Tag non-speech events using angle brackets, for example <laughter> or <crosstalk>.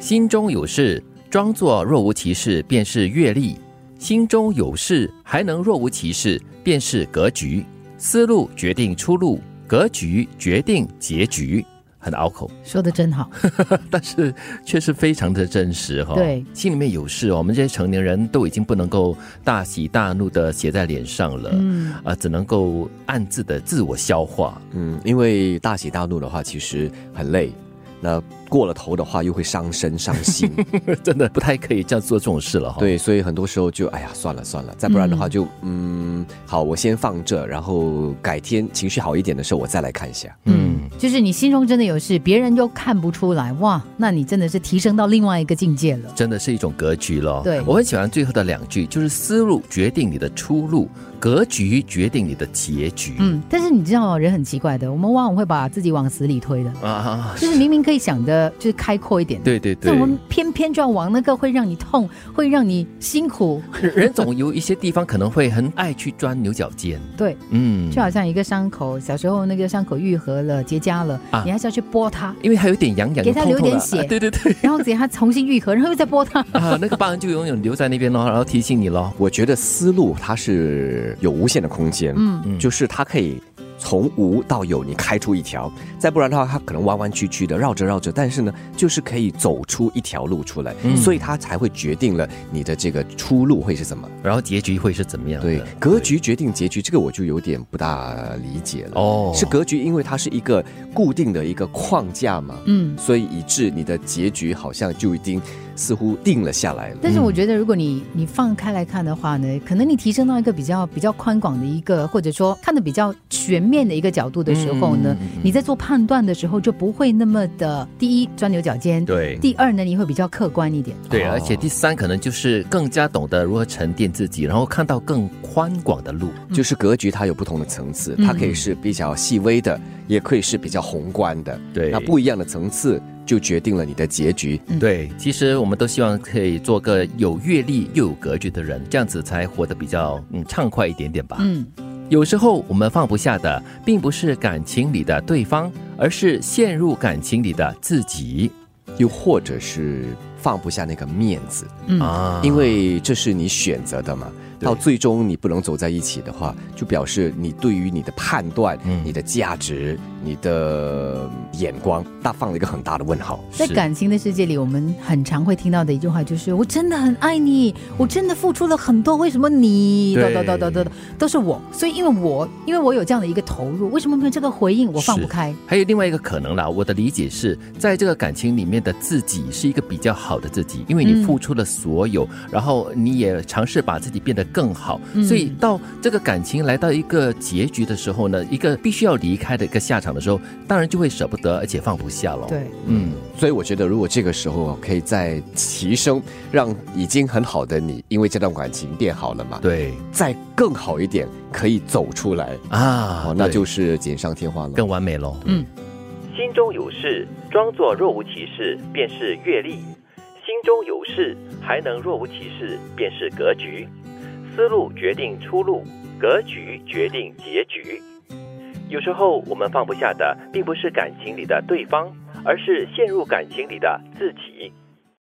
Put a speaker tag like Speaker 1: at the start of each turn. Speaker 1: 心中有事，装作若无其事，便是阅历；心中有事，还能若无其事，便是格局。思路决定出路，格局决定结局。很拗口， <laughs>
Speaker 2: 说的真好，
Speaker 1: 但是却是非常的真实哈、哦。
Speaker 2: 对，
Speaker 1: 心里面有事哦，我们这些成年人都已经不能够大喜大怒的写在脸上了，
Speaker 2: 嗯，
Speaker 1: 啊，只能够暗自的自我消化。 <laughs>
Speaker 3: 嗯，因为大喜大怒的话，其实很累。那过了头的话，又会伤身伤心。
Speaker 1: 真的不太可以这样做这种事了哈。，
Speaker 3: 对，所以很多时候就哎呀，算了算了，再不然的话就嗯好，我先放这，然后改天情绪好一点的时候，我再来看一下。
Speaker 1: 嗯，
Speaker 2: 就是你心中真的有事，别人又看不出来，哇，那你真的是提升到另外一个境界了。
Speaker 1: 真的是一种格局了。
Speaker 2: 对
Speaker 1: 我很喜欢最后的两句，就是思路决定你的出路，格局决定你的结局。
Speaker 2: 嗯，但是你知道哦，人很奇怪的，我们往往会把自己往死里推的，
Speaker 1: 啊，
Speaker 2: 就是明明可以想的，就是开阔一点，
Speaker 1: 对对对
Speaker 2: 但，我们偏偏就要往那个会让你痛、会让你辛苦，
Speaker 1: 人总有一些地方可能会很爱去钻牛角尖。
Speaker 2: 对，
Speaker 1: 嗯，
Speaker 2: 就好像一个伤口，小时候那个伤口愈合了、结痂了，
Speaker 1: 啊
Speaker 2: 你还是要去拨它，
Speaker 1: 因为还有点痒痒，
Speaker 2: 给它
Speaker 1: 痛痛
Speaker 2: 流
Speaker 1: 的
Speaker 2: 点血
Speaker 1: 啊对对对。
Speaker 2: 然后给它重新愈合，然后又再拨它。
Speaker 1: 啊，那个疤痕就永远留在那边咯，然后提醒你咯。
Speaker 3: 我觉得思路它是有无限的空间，
Speaker 2: 嗯，
Speaker 1: 嗯
Speaker 3: 就是它可以从无到有，你开出一条，再不然的话，它可能弯弯曲曲的绕着绕着，但是呢，就是可以走出一条路出来，
Speaker 1: 嗯
Speaker 3: 所以它才会决定了你的这个出路会是怎么。
Speaker 1: 然后结局会是怎么样的？
Speaker 3: 对，格局决定结局，这个我就有点不大理解了。
Speaker 1: 哦
Speaker 3: 是格局，因为它是一个固定的一个框架嘛，
Speaker 2: 嗯，
Speaker 3: 所以以致你的结局好像就已经似乎定了下
Speaker 1: 嗯
Speaker 3: 来了。
Speaker 2: 但是我觉得，如果你你放开来看的话呢，可能你提升到一个比较比较宽广的一个，或者说看的比较全面的一个角度的时候呢，
Speaker 1: 嗯嗯嗯嗯
Speaker 2: 你在做判断的时候就不会那么的第一钻牛角尖，
Speaker 1: 对
Speaker 2: 第二呢你会比较客观一点。
Speaker 1: 对，
Speaker 3: 哦
Speaker 1: 而且第三可能就是更加懂得如何沉淀自己，然后看到更宽广的路。
Speaker 3: 就是格局它有不同的层次，它可以是比较细微的，也可以是比较宏观的。
Speaker 1: 对
Speaker 3: 那不一样的层次就决定了你的结局。
Speaker 1: 对，其实我们都希望可以做个有阅历又有格局的人，这样子才活得比较嗯畅快一点点吧。
Speaker 2: 嗯，
Speaker 1: 有时候我们放不下的，并不是感情里的对方，而是陷入感情里的自己
Speaker 3: 又或者是放不下那个面子，
Speaker 2: 嗯
Speaker 1: 啊
Speaker 3: 因为这是你选择的嘛。
Speaker 1: 对
Speaker 3: 到最终你不能走在一起的话，就表示你对于你的判断、
Speaker 1: 嗯
Speaker 3: 你的价值、你的眼光，大放了一个很大的问号。
Speaker 2: 在
Speaker 1: 是
Speaker 2: 感情的世界里，我们很常会听到的一句话就是：“我真的很爱你，我真的付出了很多，为什么你
Speaker 1: 对
Speaker 2: 都都都都都都是我？”所以，因为我因为我有这样的一个投入，为什么没有这个回应，我放不开？
Speaker 1: 还有另外一个可能啦，我的理解是在这个感情里面的自己是一个比较好的自己，因为你
Speaker 2: 嗯
Speaker 1: 付出了所有，然后你也尝试把自己变得更好，
Speaker 2: 嗯
Speaker 1: 所以到这个感情来到一个结局的时候呢，一个必须要离开的一个下场的时候，当然就会舍不得，而且放不下了。，
Speaker 2: 对，
Speaker 1: 嗯，
Speaker 3: 所以我觉得，如果这个时候可以再提升，让已经很好的你，因为这段感情变好了嘛，
Speaker 1: 对
Speaker 3: 再更好一点，可以走出来，
Speaker 1: 啊
Speaker 3: 哦，那
Speaker 1: 对
Speaker 3: 就是锦上添花了。
Speaker 1: 更完美喽。
Speaker 2: 嗯，
Speaker 1: 心中有事，装作若无其事，便是阅历；心中有事，还能若无其事，便是格局。思路决定出路，格局决定结局。有时候我们放不下的，并不是感情里的对方，而是陷入感情里的自己。